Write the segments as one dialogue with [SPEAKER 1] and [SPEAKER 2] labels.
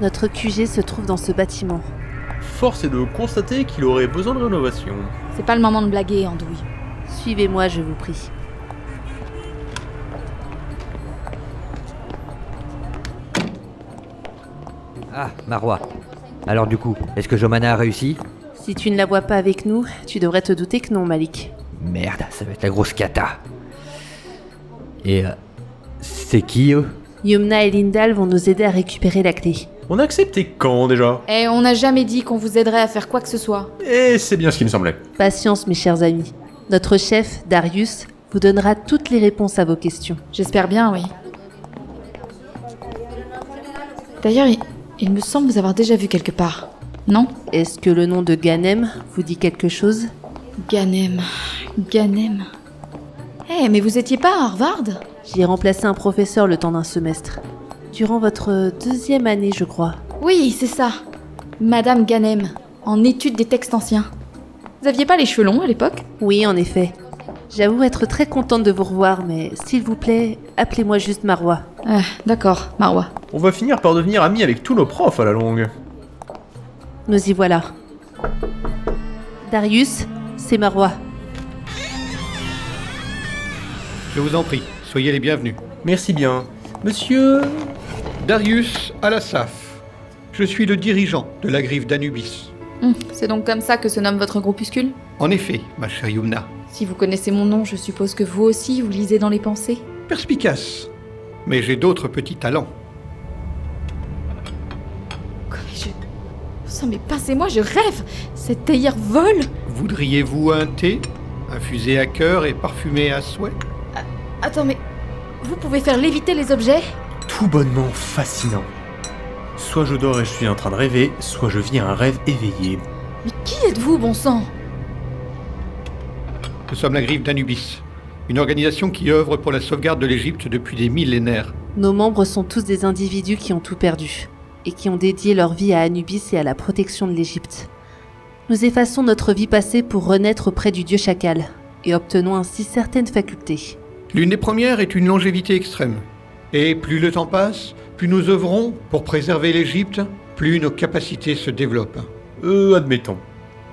[SPEAKER 1] Notre QG se trouve dans ce bâtiment.
[SPEAKER 2] Force est de constater qu'il aurait besoin de rénovation.
[SPEAKER 3] C'est pas le moment de blaguer, Andouille.
[SPEAKER 1] Suivez-moi, je vous prie.
[SPEAKER 4] Ah, Marois. Alors du coup, est-ce que Jomana a réussi
[SPEAKER 1] Si tu ne la vois pas avec nous, tu devrais te douter que non, Malik.
[SPEAKER 4] Merde, ça va être la grosse cata. Et euh, c'est qui eux
[SPEAKER 1] Yumna et Lindal vont nous aider à récupérer la clé.
[SPEAKER 2] On a accepté quand déjà
[SPEAKER 3] Eh, on n'a jamais dit qu'on vous aiderait à faire quoi que ce soit.
[SPEAKER 2] Et c'est bien ce qui me semblait.
[SPEAKER 1] Patience, mes chers amis. Notre chef, Darius, vous donnera toutes les réponses à vos questions.
[SPEAKER 3] J'espère bien, oui. D'ailleurs, il, il me semble vous avoir déjà vu quelque part. Non
[SPEAKER 1] Est-ce que le nom de Ganem vous dit quelque chose
[SPEAKER 3] Ganem. Ganem. Eh, mais vous étiez pas à Harvard
[SPEAKER 1] J'y ai remplacé un professeur le temps d'un semestre. Durant votre deuxième année, je crois.
[SPEAKER 3] Oui, c'est ça. Madame Ganem, en étude des textes anciens. Vous aviez pas les cheveux longs à l'époque
[SPEAKER 1] Oui, en effet. J'avoue être très contente de vous revoir, mais s'il vous plaît, appelez-moi juste Marwa.
[SPEAKER 3] Euh, D'accord, Marwa.
[SPEAKER 2] On va finir par devenir amis avec tous nos profs à la longue.
[SPEAKER 1] Nous y voilà. Darius, c'est Marwa.
[SPEAKER 5] Je vous en prie, soyez les bienvenus.
[SPEAKER 2] Merci bien. Monsieur.
[SPEAKER 5] Darius Alassaf, je suis le dirigeant de la griffe d'Anubis.
[SPEAKER 3] Hum, c'est donc comme ça que se nomme votre groupuscule
[SPEAKER 5] En effet, ma chère Yumna,
[SPEAKER 3] Si vous connaissez mon nom, je suppose que vous aussi vous lisez dans les pensées.
[SPEAKER 5] perspicace, mais j'ai d'autres petits talents.
[SPEAKER 3] Quoi, mais je. Ça, mais passez-moi, je rêve Cette théière vole
[SPEAKER 5] Voudriez-vous un thé, infusé à cœur et parfumé à souhait
[SPEAKER 3] Attends, mais. Vous pouvez faire léviter les objets
[SPEAKER 2] Tout bonnement fascinant. Soit je dors et je suis en train de rêver, soit je vis un rêve éveillé.
[SPEAKER 3] Mais qui êtes-vous, bon sang
[SPEAKER 5] Nous sommes la griffe d'Anubis, une organisation qui œuvre pour la sauvegarde de l'Égypte depuis des millénaires.
[SPEAKER 1] Nos membres sont tous des individus qui ont tout perdu et qui ont dédié leur vie à Anubis et à la protection de l'Égypte. Nous effaçons notre vie passée pour renaître auprès du dieu chacal et obtenons ainsi certaines facultés.
[SPEAKER 5] L'une des premières est une longévité extrême. Et plus le temps passe, plus nous œuvrons pour préserver l'Égypte, plus nos capacités se développent.
[SPEAKER 2] Euh, admettons.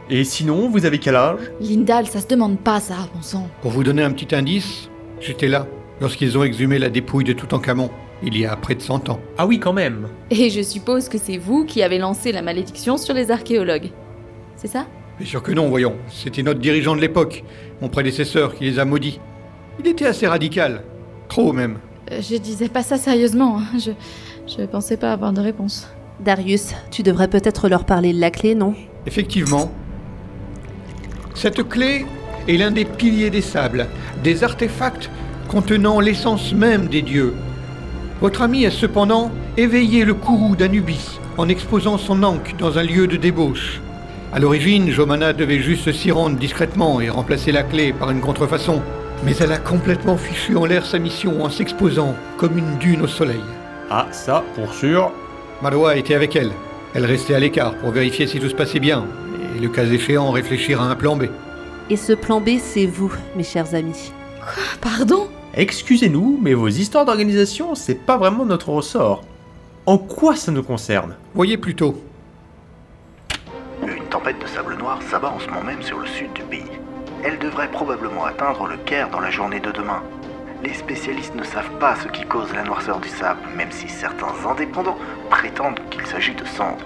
[SPEAKER 2] Et sinon, vous avez quel âge
[SPEAKER 3] Lindal, ça se demande pas, ça, bon sang.
[SPEAKER 5] Pour vous donner un petit indice, j'étais là lorsqu'ils ont exhumé la dépouille de Toutankhamon, il y a près de 100 ans.
[SPEAKER 2] Ah oui, quand même.
[SPEAKER 3] Et je suppose que c'est vous qui avez lancé la malédiction sur les archéologues. C'est ça
[SPEAKER 5] Bien sûr que non, voyons, c'était notre dirigeant de l'époque, mon prédécesseur, qui les a maudits. Il était assez radical, trop même.
[SPEAKER 3] Euh, Je disais pas ça sérieusement. hein. Je. Je pensais pas avoir de réponse.
[SPEAKER 1] Darius, tu devrais peut-être leur parler de la clé, non
[SPEAKER 5] Effectivement, cette clé est l'un des piliers des sables, des artefacts contenant l'essence même des dieux. Votre ami a cependant éveillé le courroux d'Anubis en exposant son ankh dans un lieu de débauche. À l'origine, Jomana devait juste s'y rendre discrètement et remplacer la clé par une contrefaçon. Mais elle a complètement fichu en l'air sa mission en s'exposant comme une dune au soleil.
[SPEAKER 2] Ah, ça, pour sûr.
[SPEAKER 5] Marwa était avec elle. Elle restait à l'écart pour vérifier si tout se passait bien, et le cas échéant réfléchir à un plan B.
[SPEAKER 1] Et ce plan B, c'est vous, mes chers amis.
[SPEAKER 3] Pardon
[SPEAKER 2] Excusez-nous, mais vos histoires d'organisation, c'est pas vraiment notre ressort. En quoi ça nous concerne
[SPEAKER 5] Voyez plutôt.
[SPEAKER 6] Une tempête de sable noir s'abat en ce moment même sur le sud du pays. Elle devrait probablement atteindre le Caire dans la journée de demain. Les spécialistes ne savent pas ce qui cause la noirceur du sable, même si certains indépendants prétendent qu'il s'agit de cendres.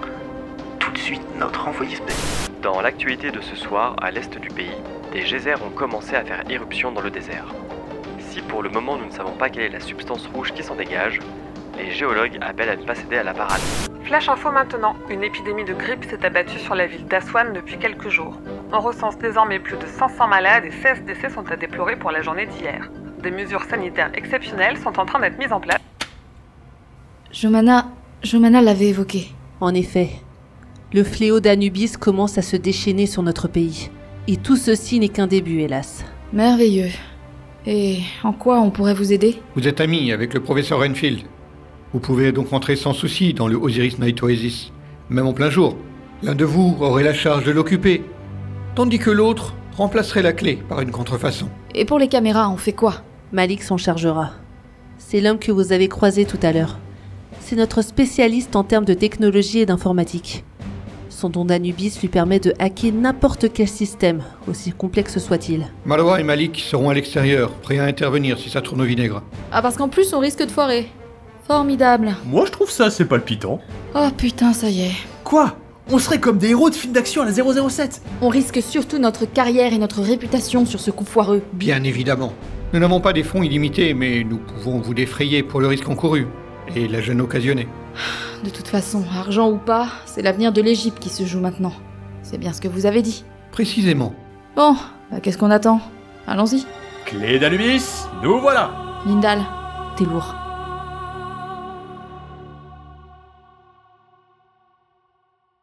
[SPEAKER 6] Tout de suite, notre envoyé spécial.
[SPEAKER 7] Dans l'actualité de ce soir, à l'est du pays, des geysers ont commencé à faire éruption dans le désert. Si pour le moment nous ne savons pas quelle est la substance rouge qui s'en dégage, les géologues appellent à ne pas céder à la parade.
[SPEAKER 8] Flash info maintenant. Une épidémie de grippe s'est abattue sur la ville d'Aswan depuis quelques jours. On recense désormais plus de 500 malades et 16 décès sont à déplorer pour la journée d'hier. Des mesures sanitaires exceptionnelles sont en train d'être mises en place.
[SPEAKER 3] Jomana. Jomana l'avait évoqué.
[SPEAKER 1] En effet, le fléau d'Anubis commence à se déchaîner sur notre pays. Et tout ceci n'est qu'un début, hélas.
[SPEAKER 3] Merveilleux. Et en quoi on pourrait vous aider
[SPEAKER 5] Vous êtes ami avec le professeur Renfield. Vous pouvez donc rentrer sans souci dans le Osiris Night Oasis, même en plein jour. L'un de vous aurait la charge de l'occuper, tandis que l'autre remplacerait la clé par une contrefaçon.
[SPEAKER 3] Et pour les caméras, on fait quoi
[SPEAKER 1] Malik s'en chargera. C'est l'homme que vous avez croisé tout à l'heure. c'est notre spécialiste en termes de technologie et d'informatique. Son don d'Anubis lui permet de hacker n'importe quel système, aussi complexe soit-il.
[SPEAKER 5] Marwa et Malik seront à l'extérieur, prêts à intervenir si ça tourne au vinaigre.
[SPEAKER 3] Ah, parce qu'en plus, on risque de foirer. Formidable.
[SPEAKER 2] Moi, je trouve ça assez palpitant.
[SPEAKER 3] Oh putain, ça y est.
[SPEAKER 9] Quoi On serait comme des héros de films d'action à la 007
[SPEAKER 3] On risque surtout notre carrière et notre réputation sur ce coup foireux.
[SPEAKER 5] Bien évidemment. Nous n'avons pas des fonds illimités, mais nous pouvons vous défrayer pour le risque encouru et la gêne occasionnée.
[SPEAKER 3] De toute façon, argent ou pas, c'est l'avenir de l'Égypte qui se joue maintenant. C'est bien ce que vous avez dit.
[SPEAKER 5] Précisément.
[SPEAKER 3] Bon, bah, qu'est-ce qu'on attend Allons-y.
[SPEAKER 2] Clé d'Anubis, nous voilà
[SPEAKER 3] Lindal, t'es lourd.